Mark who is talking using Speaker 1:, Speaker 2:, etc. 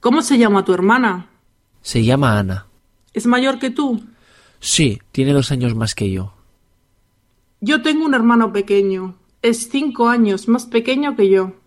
Speaker 1: ¿Cómo se llama tu hermana?
Speaker 2: Se llama Ana.
Speaker 1: ¿Es mayor que tú?
Speaker 2: Sí, tiene dos años más que yo.
Speaker 1: Yo tengo un hermano pequeño. Es cinco años más pequeño que yo.